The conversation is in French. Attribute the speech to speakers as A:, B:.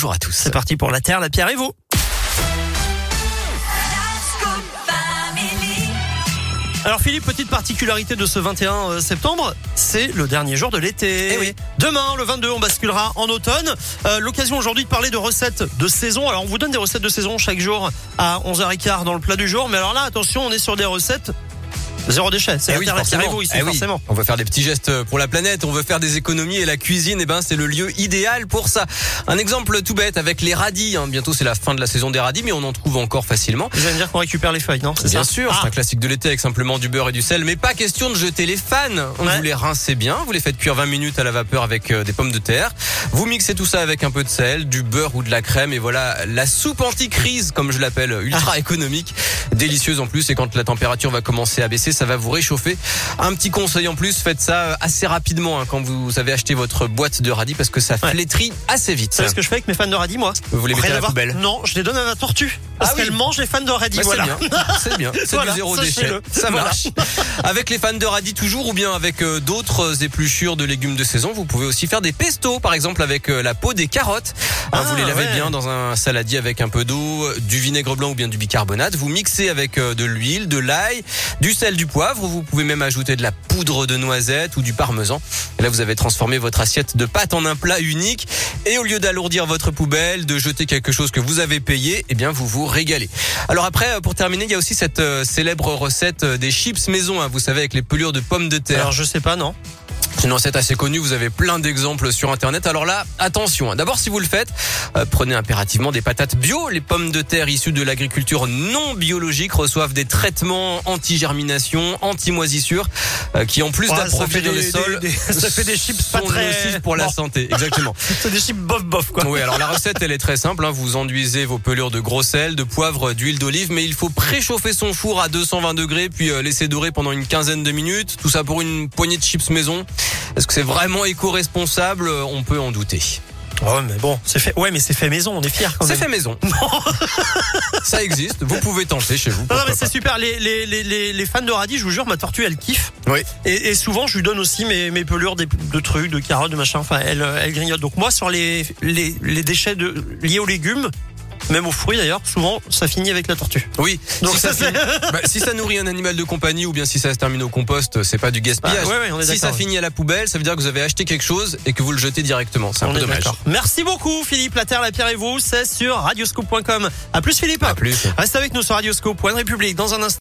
A: Bonjour à tous. C'est parti pour la Terre, la Pierre et vous. Alors Philippe, petite particularité de ce 21 euh, septembre, c'est le dernier jour de l'été.
B: Eh oui.
A: Demain, le 22, on basculera en automne. Euh, L'occasion aujourd'hui de parler de recettes de saison. Alors on vous donne des recettes de saison chaque jour à 11h15 dans le plat du jour. Mais alors là, attention, on est sur des recettes zéro déchet. C'est
B: Eh
A: la
B: oui,
A: Terre, la Pierre et
B: forcément.
A: vous ici,
B: Eh oui.
A: forcément.
B: On veut faire des petits gestes pour la planète, on veut faire des économies et la cuisine, eh ben, c'est le lieu idéal pour ça. Un exemple tout bête avec les radis. hein. Bientôt, c'est la fin de la saison des radis, mais on en trouve encore facilement.
A: Vous allez me dire qu'on récupère les feuilles, non C'est
B: Bien
A: ça
B: sûr,
A: Ah,
B: c'est un classique de l'été avec simplement du beurre et du sel, mais pas question de jeter les fans. On
A: Ouais.
B: Vous les rincez bien, vous les faites cuire 20 minutes à la vapeur avec euh, des pommes de terre. Vous mixez tout ça avec un peu de sel, du beurre ou de la crème, et voilà la soupe anti-crise, comme je l'appelle, euh, ultra économique, délicieuse en plus. Et quand la température va commencer à baisser, ça va vous réchauffer. Un petit conseil en plus, faites ça euh, assez rapidement hein, quand vous avez acheté votre boîte de radis, parce que ça
A: Ouais.
B: flétrit assez
A: Vous
B: vite.
A: savez ce que je fais avec mes fans de radis, moi
B: Vous les mettez
A: Rien
B: à
A: à
B: la
A: voir.
B: poubelle.
A: Non, je les donne à ma tortue. Parce
B: Ah oui.
A: qu'elle mange les fans de radis.
B: Bah,
A: voilà.
B: C'est bien, c'est bien, c'est
A: Voilà,
B: du zéro déchet.
A: sachez-le.
B: Ça
A: Voilà.
B: marche. Avec les fans de radis toujours ou bien avec euh, d'autres épluchures de légumes de saison, vous pouvez aussi faire des pestos, par exemple avec euh, la peau des carottes. Hein,
A: Ah,
B: vous les lavez
A: ouais.
B: bien dans un saladier avec un peu d'eau, euh, du vinaigre blanc ou bien du bicarbonate. Vous mixez avec euh, de l'huile, de l'ail, du sel, du poivre. Vous pouvez même ajouter de la poudre de noisette ou du parmesan. Et là, vous avez transformé votre assiette de pâte en un plat unique. Et au lieu d'alourdir votre poubelle, de jeter quelque chose que vous avez payé, eh bien, vous vous régalez. Alors après, euh, pour terminer, il y a aussi cette euh, célèbre recette euh, des chips maison, hein, vous savez, avec les pelures de pommes de terre.
A: Alors je sais pas, non
B: C'est une recette assez connue, vous avez plein d'exemples sur Internet. Alors là, attention. hein. D'abord, si vous le faites, euh, prenez impérativement des patates bio. Les pommes de terre issues de l'agriculture non biologique reçoivent des traitements anti-germination, anti-moisissure, euh, qui en plus
A: Ouais, ça fait
B: d'approcher dans
A: des-
B: le
A: des-
B: sol,
A: des- ça fait des chips pas
B: sont
A: très-
B: nocifs pour la
A: Bon.
B: santé. Exactement.
A: C'est des chips bof bof quoi.
B: Oui, alors la recette, elle est très simple. hein. Vous enduisez vos pelures de gros sel, de poivre, d'huile d'olive, mais il faut préchauffer son four à 220 degrés, puis euh, laisser dorer pendant une quinzaine de minutes. Tout ça pour une poignée de chips maison. Est-ce que c'est vraiment éco-responsable Euh, On peut en douter.
A: Oh mais bon, c'est fait. Ouais mais c'est fait maison, on est fiers quand
B: C'est
A: même.
B: fait maison. ça existe. Vous pouvez tenter chez vous.
A: Ah Non, non, mais
B: pourquoi
A: c'est super. Les, les, les, les, les fans de radis, je vous jure, ma tortue elle kiffe.
B: pas. Oui.
A: Et, et souvent je lui donne aussi mes, mes pelures des- de trucs, de carottes, de machin. Enfin elle, euh, elle grignote. Donc moi sur les, les, les déchets de, liés aux légumes, même aux fruits d'ailleurs, souvent ça finit avec la tortue.
B: Oui.
A: Donc
B: si,
A: ça,
B: ça
A: c'est.
B: finit- bah, si ça nourrit un animal de compagnie ou bien si ça se termine au compost, c'est pas du gaspillage.
A: Ah, ouais, ouais, on est
B: si ça
A: d'accord, ouais.
B: finit à la poubelle, ça veut dire que vous avez acheté quelque chose et que vous le jetez directement. C'est un
A: On
B: peu
A: est
B: dommage.
A: d'accord. Merci beaucoup Philippe, la Terre, la Pierre et vous, c'est sur radioscope.com. À plus Philippe.
B: À plus.
A: Reste avec nous sur Radioscope, One République, dans un instant.